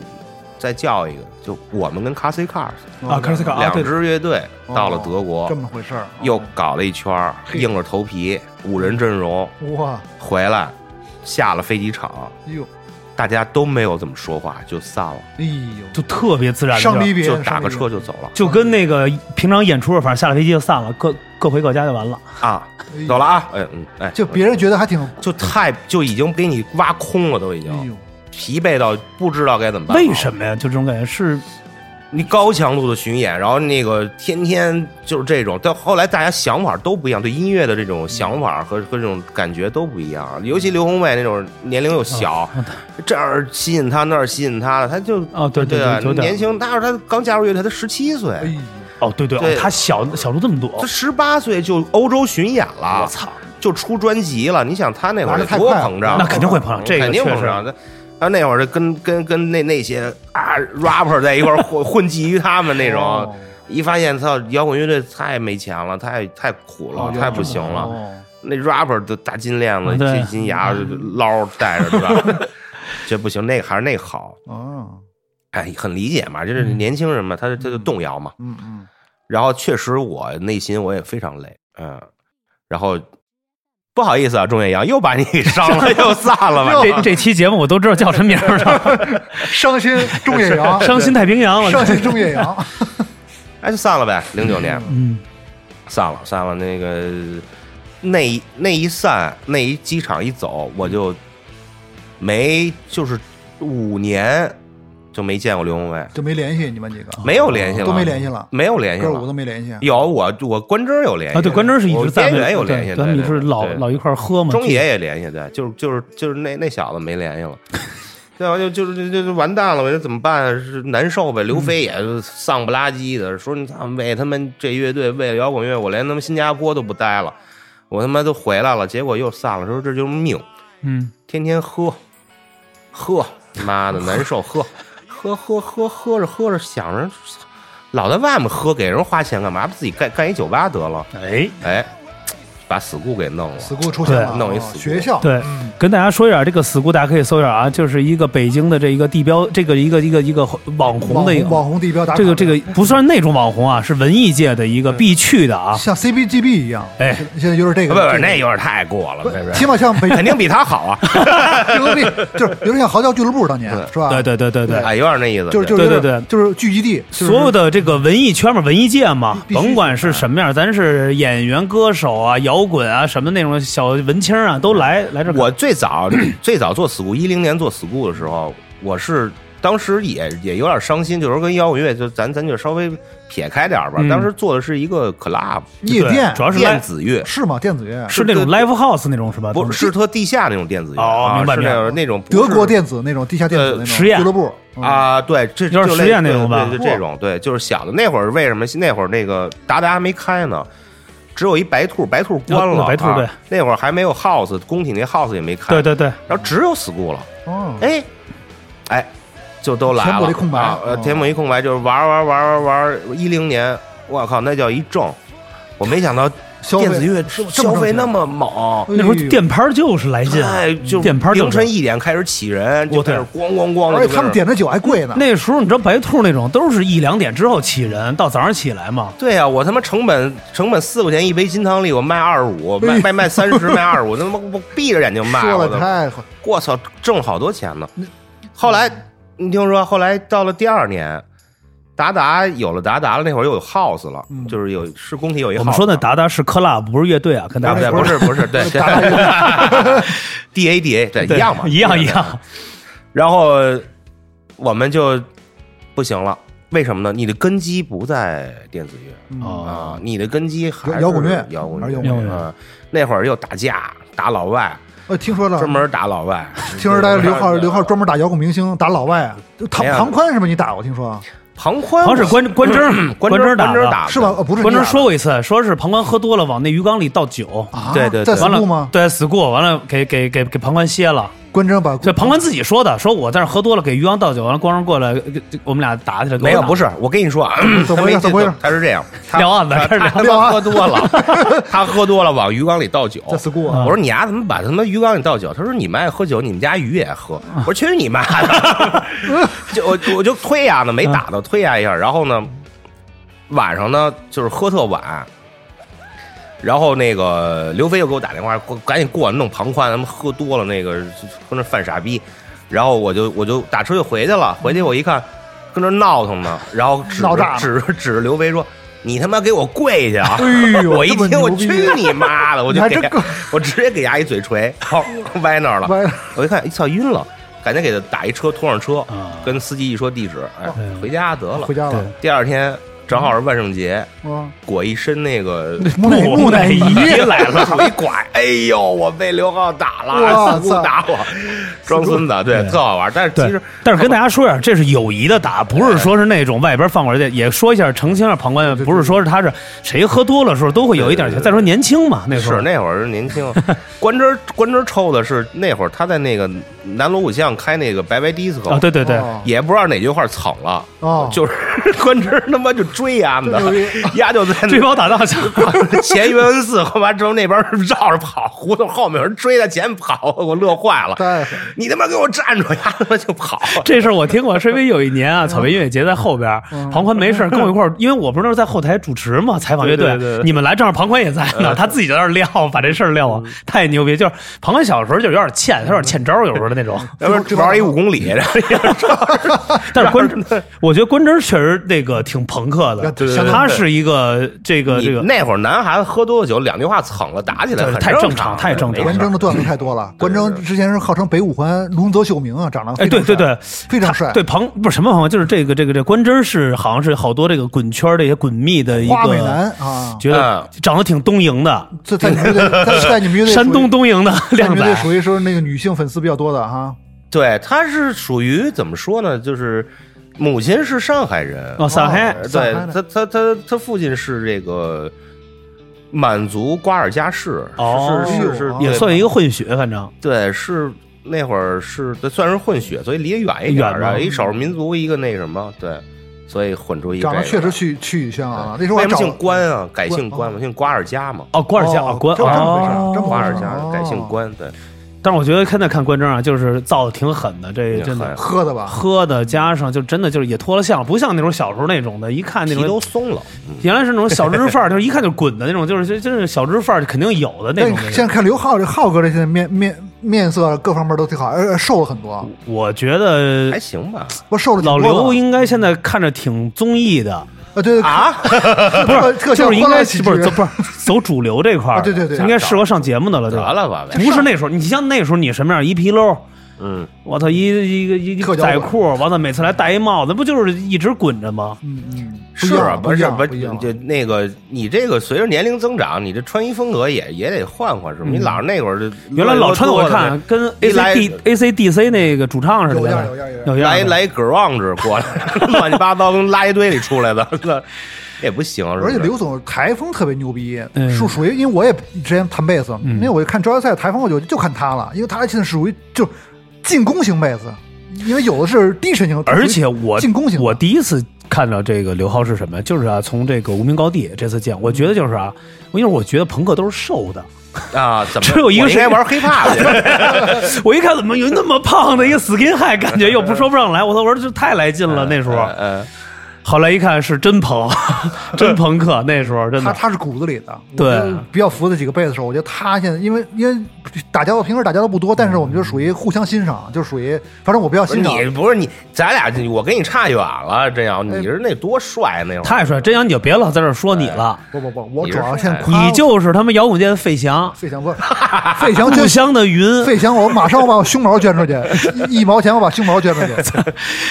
再叫一个，就我们跟 Casey Cars 啊卡斯卡啊两对支乐队哦到了德国这，么回事儿，啊又搞了一圈，嘿硬着头皮五人阵容哇，回来，下了飞机场，哎呦，大家都没有怎么说话，就散了。哎呦，就特别自然地，上离别，就打个车上就走了就跟那个平常演出，反正下了飞机就散了，各各回各家就完了。啊，离别，走哎了啊，哎嗯哎，呦，就别人觉得还挺，哎就太就已经给你挖空了，都已呦经，疲惫到不知道该怎么办。哎为什？么呀？就这种感觉是你高强度的巡演，然后那个天天就是这种，到后来大家想法都不一样，对音乐的这种想法和和这种感觉都不一样。尤其刘宏伟那种年龄又小，这儿吸引他，那儿吸引他的，他就哦对对对啊对有，点年轻，他他刚加入乐队，他十七岁，哎呦，哦，对对，对哦他小小了这么多，哦他十八岁就欧洲巡演了。我操，就出专辑了。你想他那会玩儿得太多快了膨胀，那肯定会膨胀这个嗯肯定确膨实胀。他他那会儿就跟跟跟那那些啊 rapper 在一块儿混混迹于他们那种哦，一发现操摇滚乐队太没钱了，太太苦了哦，太不行了。哦那 rapper 都大金链子、嗯对金金牙捞戴着，对 (laughs) 吧？这不行，那个还是那个好。哦，哎，很理解嘛，就是年轻人嘛，他他就动摇嘛。嗯 (laughs) 嗯，然后确实我内心我也非常累，嗯，然后不好意思啊，钟岳阳又把你 (laughs) 给伤了，又散了吧。这这期节目我都知道叫什么名儿 (laughs) 了，伤心中野洋，伤心太平洋啊了。伤心中野洋，哎，就散了呗，零九年嗯，散了，散了。那个那一那一散，那一机场一走，我就没就是五年就没见过刘宏伟，就没联系你们几个，没有联系了，哦都没联系了没有联系歌舞了都。没联系，啊有我我关真有联系啊，对，关真是一哎我直在边缘有联系，咱对们对是对老对老一块儿喝嘛。中爷也联系，对，就是就是就是那那小子没联系了， (laughs) 对吧？就就是就就就完蛋了，我说怎么办、啊？是难受呗。刘飞也是丧不拉几的，说你他妈为他们这乐队，为了摇滚乐，我连他妈新加坡都不待了，我他妈都回来了，结果又散了。说这就是命，嗯，天天喝，喝，妈的难受，喝，喝喝喝喝着喝着想着，老在外面喝，给人花钱干嘛？不自己干干一酒吧得了？哎，哎，把 school 给弄了。 school 出现了，对弄一哦 school 学校，嗯对，跟大家说一下，这个 school 大家可以搜一下啊，就是一个北京的这一个地标，这个一个一个一个网红网的一红个，网红地标打卡这的，个这个不算是那种网红啊，是文艺界的一个必去的啊。像 CBGB 一样，哎现现在就是这不个，不，这个那有点太过了，对不起对？码像北 (laughs) 肯定比他好啊，牛逼，就是有点像嚎叫俱乐部当年是吧？对对对 (laughs) 对对，哎，有点那意思。就是就对是对有点就是聚集地，就是所有的这个文艺圈嘛，文艺界嘛，必须甭管是什么样，咱是演员、歌手啊、摇滚啊什么那种小文青啊，都来来这儿看。我最早 (clears throat) 最早做 school，一零年做 school 的时候，我是当时也也有点伤心，就是跟摇滚乐就咱咱就稍微撇开点儿吧。嗯当时做的是一个 club 夜对店主要是电 live 子乐，是吗？电子乐是那种 live house 那种是吧？不是是特地下那种电子乐哦啊明白是明白那种那种不德是国电子那种地下电子那种呃实验俱乐部，啊，对，这嗯有点就实验那种吧对，对就这种，对，就是小的那会儿，为什么那会儿那个达达还没开呢？只有一白兔，白兔关了，啊白兔啊对，那会儿还没有 house，工体那 house 也没开，对，对嗯对，然后只有 school 了，哦，哎，哎，就都来了，填补了一空白啊呃，嗯填补一空白，就是玩玩玩玩玩，一零年，我靠，那叫一挣，我没想到消费电子乐是消费那么猛，那时候哎呦电拍儿就是来劲啊哎，，就电拍儿就凌是晨一点开始起人，就我开对始咣咣咣的，而且他们点的酒还贵呢，那时候你知道白兔那种都是一两点之后起人，到早上起来嘛。对呀、我他妈成本成本四块钱一杯金汤力，我卖二十五，卖卖卖三十，卖二十五，他妈我闭着眼睛卖，说我的的，太好，我操，挣好多钱呢。后来你听说，后来到了第二年，达达有了达达了，那会儿又有 house 了，就是有是工体有一个 house 我们了。说那达达是 club，不是乐队啊，跟大啊家对，不是不是对，D A D A 对对一样嘛， (laughs) 一样一样。然后我们就不行了，为什么呢？你的根基不在电子乐。哦，啊，你的根基还是嗯摇滚乐摇滚还是摇滚乐啊那会儿又打架，打老外，呃，听说了，专门打老外。听说大家刘浩 (laughs) 就是刘浩专门打摇滚明星，打老外啊，就唐没有庞宽是不是你打过？听说庞宽，好像是关关征，关征关打征的。打的是吧？呃，不是关你打征的说过一次，说是庞宽喝多了往那鱼缸里倒酒，啊，对对对在完散步了吗？对 school 完了给给给给庞宽歇了。关真把对，庞宽自己说的，说我在那喝多了给鱼缸倒酒，完了光荣过来，呃给给我们俩打起来。没给有，我打不是，我跟你 (clears throat) 说啊，怎他么回没事怎么回事他是这样，他聊案子他开始他他聊啊案妈喝多了， (laughs) 他喝多了往鱼缸里倒酒。在 school 我啊，说你丫怎么把他妈鱼缸里倒酒？他说你们爱喝酒，你们家鱼也爱喝。我说去你妈 (laughs) 的！就我我就推呀呢，没打到推呀一下。然后呢，晚上呢就是喝特晚，然后那个刘飞又给我打电话，过赶紧过来弄庞宽，他们喝多了那个跟那犯傻逼。然后我就我就打车就回去了，回去我一看跟那闹腾呢，然后指闹着大了指着指着刘飞说。你他妈给我跪下啊！ (laughs) 哎呦我一这么听，我牛逼去你妈的！我你就还给真他够 (laughs) 我直接给牙一嘴锤，好 (laughs) 歪那儿了。歪了 (laughs) 我一看，哎操，晕了，赶紧给他打一车，拖上车啊，跟司机一说地址，哎嗯，回家得了回。家了对，第二天正好是万圣节，啊，裹一身 (laughs) 那个木乃木木乃乃伊伊来了。我一拐， (laughs) 哎呦，我被刘浩打哇了，司机塞打我，装孙子，对，对特好玩。但是其对实，，但是跟大家说一下，这是友谊的打，不是说是那种外边放过来的。也说一下，澄清一下旁观，不是说是他是谁喝多了时候都会有一点对对。对再说年轻嘛，那时候是那会儿是年轻，关之关之抽的是那会儿他在那个南锣鼓巷开那个白白 disco 啊，对对对，哦也不知道哪句话蹭了，哦就是 (laughs) 关之他妈就追丫的真牛逼，丫就在那追跑打到想前岳文寺，后完之后那边绕着跑，胡同后面有人追他，前跑，我乐坏了。太狠你他妈给我站住！丫他妈就跑。这事儿我听过，是因为有一嗯年啊，草莓音乐节在后边，庞宽没事儿跟我一块 (laughs) 儿，因为我不是那时候在后台主持嘛，采访乐对对对队对，你们来正好庞宽也在嗯呢，他自己在那儿撂，把这事儿撂啊，太牛逼！就是庞宽小时候就有点欠，他有点欠招，有时候那嗯种。要不玩一五公里，然后但 (laughs) 是关，我觉得关真确实那个挺朋克的，对对对他是一个这个这你个那会儿男孩子喝多了酒，两句话蹭了，打起来对很太正正常太正常没关事征的段子太多了。关征之前是号称北五环龙泽秀明啊，长得哎，非常对对帅对，非常他帅对，庞不是什么朋友，就是这个这个这关真是好像是好多这个滚圈的一些滚蜜的一个花美男啊，觉得长得挺东营的，这在你们乐队，在在你们乐队属于，山东东营的 (laughs) 在你靓们乐队仔。属于说那个女性粉丝比较多的哈。对，他是属于怎么说呢？就是母亲是上海人，哦，上海哦对上海的他，他他他父亲是这个满族瓜尔佳氏，哦是是是，哦对也算一个混血，反正对，是那会儿是对算是混血，所以离得远一点儿远吗啊，一少数民族，一个那什么，对，所以混出一长得这个确实来去去一像啊。那时候我为还什么找姓关啊？改关姓关嘛，姓瓜尔佳嘛，哦，关二家啊，关真不这哦么回事儿，真不瓜这么尔回事佳儿改姓。哦关，对，但是我觉得现在看关征啊，就是造的挺狠的，这也真的狠喝的吧？喝的加上就真的就是也脱了相，不像那种小时候那种的，一看那皮种都松了，原来是那种小知识范儿，就是一看就滚的那种，就是就就是小知识范儿肯定有的那但种你人。现在看刘浩这浩哥这现在面面面色各方面都挺好，而而瘦了很多，我觉还得行吧。我瘦了嗯挺老多的刘应该现在看着挺综艺的，啊对啊，不不是 (laughs) 特就是应该不是走怎不是走主流这块儿 (laughs) 啊的，对对对应该适合上节目的了，得对吧？了吧，呗，不是那时候，你像那时候你什么样？一皮褛，嗯，我操，一一个一特一交仔管裤，完了每次来戴一帽子，不就是一直滚着吗？嗯嗯，不一是啊，样不一是样不不一样就那个你这个随着年龄增长，你这穿衣风格也也得换换，嗯是吧？你老是那会儿就原来老穿的我看跟 A 一来 C D A C D C 那个主唱似的，有样有样有样有样来儿的来 g r o u n d 过来， (laughs) 乱七八糟跟垃圾堆里出来的， (laughs) 那也不行，是不而是且刘总台风特别牛逼，嗯是属于因为我也之前弹贝斯，因为我看招赛台风，我就就看他了，因为他现在属于就进攻型贝斯，因为有的是低沉型，而且我进攻型的我第一次看到这个刘浩是什么，就是啊，从这个无名高地这次见，我觉得就是啊，因为我觉得朋克都是瘦 (laughs) 的，啊，怎么只有一个我是应该玩 (laughs) hiphop 去？我一看怎么有那么胖的一个 skin high，感觉又不说不上来，我操，我说这太来劲了那时候。嗯，后来一看是真朋， (laughs) 真朋克，那时候真他的。他是骨子里的，对我就比较服的几个贝斯手，我觉得他现在因为因为打交道平时打交道不多，但是我们就属于互相欣赏，就属于反正我比较不是欣赏，你不是你，咱俩我跟你差远了，真阳，哎你是那多帅那会儿，太帅，真阳，你就别老在这儿说你了，不不不，我你主是啊要现在夸你就是他妈摇滚界的费翔，费翔不是费哦翔故捐乡的云。费翔，我马上我把我胸毛捐出去，一一毛钱我把胸毛捐出去。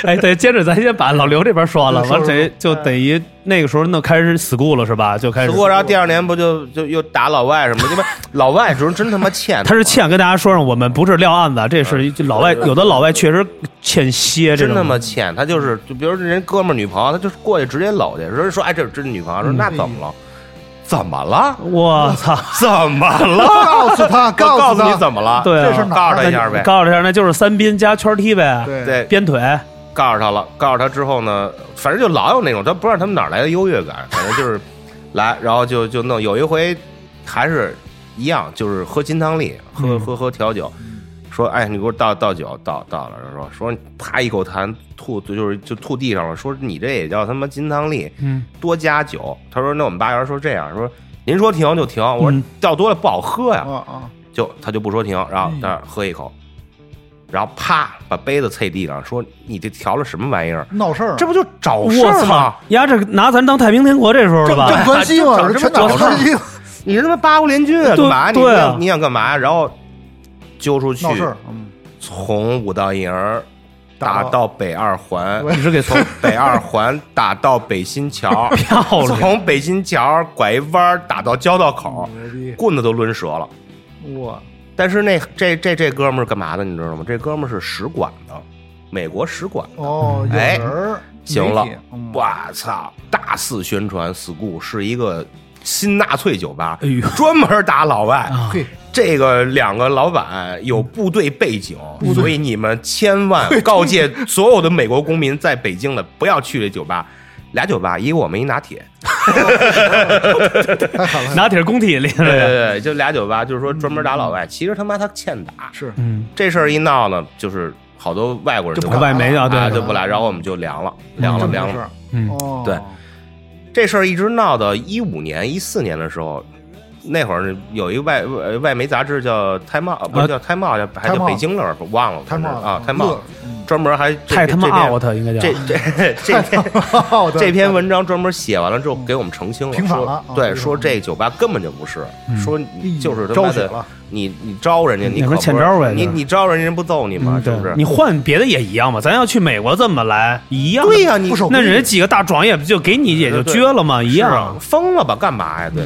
(laughs) 哎，对，接着咱先把老刘这边说完 (laughs) 了，嗯完说谁就等于那个时候那开始 school 了是吧？就开始不过然啊后第二年不就就又打老外什么的？因为老外主要真他妈欠，他是欠跟大家说上，我们不是撂案子，啊这是就老外有的老外确实欠歇这啊真种。他妈欠，他就是就比如人哥们儿女朋友，他就是过去直接搂去，人说哎这是真女朋友，说那怎么了？怎么了？我 (laughs) 操！怎么了？告诉他， (laughs) 我告诉他，你怎么了？对啊这事儿哪告儿诉他一下那呗你。告诉他，那就是三宾加圈踢呗，对对，鞭腿。告诉他了，告诉他之后呢，反正就老有那种，他不知道他们哪儿来的优越感，反正就是来，然后就就弄。有一回还是一样，就是喝金汤力，喝、嗯喝喝调酒，说哎，你给我倒倒酒，倒倒了，然后说说啪一口痰吐，就是就吐地上了，说你这也叫他妈金汤力，嗯，多加酒。他说那我们吧员说这样，说您说停就停，我说嗯倒多了不好喝呀，啊啊！就他就不说停，然后在那儿喝一口，然后啪把杯子啐地上，说你这调了什么玩意儿？闹事儿，这不就找嗯事我儿哦吗操！！呀，这拿咱当太平天国这时候了吧这？关系嘛，这这全这打这关系，你是他妈八国联军啊，对干嘛？你对啊想你想干嘛？然后揪出去，闹事儿，嗯，从五道营儿打打到到北二环，你是给从北二环打到北新 (laughs) 桥， (laughs) 漂亮。从北新桥拐一弯儿打到交道口，牛逼！棍子都抡折了。我但是那这这这哥们儿干嘛的？你知道吗？这哥们儿是使馆的，美国使馆的。哦，有哎人儿，行了媒体，嗯我操！大肆宣传 school 是一个新纳粹酒吧，哎呦专门打老外。 (laughs) 啊嘿，这个两个老板有部队背景，所以你们 (laughs) 千万告诫所有的美国公民在北京的不要去这酒吧。俩酒吧，一个我们一拿 (laughs) 铁，太狠了，拿铁工体里对对的。对，就俩酒吧，就是说专门打老外。其实他妈他欠打，是嗯，这事儿一闹呢，就是好多外国人就就不外媒啊，啊对，就不来，然后我们就凉了，凉了，这么凉回事了。儿，嗯哦，对这事儿一直闹到一五年、一四年的时候，那会儿有一个外外外媒杂志叫《太茂》，呃不啊是叫《太茂》，叫还叫 Time Out 北京那会儿忘了，太反冒正了啊，《太茂》乐嗯专门还这太他妈啊这篇 out 应该叫。这 (laughs) 这这篇哦对这篇文章专门写完了之后，给我们澄嗯清了，平反了啊说对，平反说了这酒吧根本就不是，说哎哎你就是他招妈血的了，你你招人家，你嗯那不是可不欠招呗你就是你招人家人不揍你吗？嗯，是对不是，？你换别的也一样嘛，咱要去美国这么来一样的。对呀，你不守那人家几个大壮也就给你也就撅了嘛，一是啊样。嗯疯了吧？干嘛呀？对，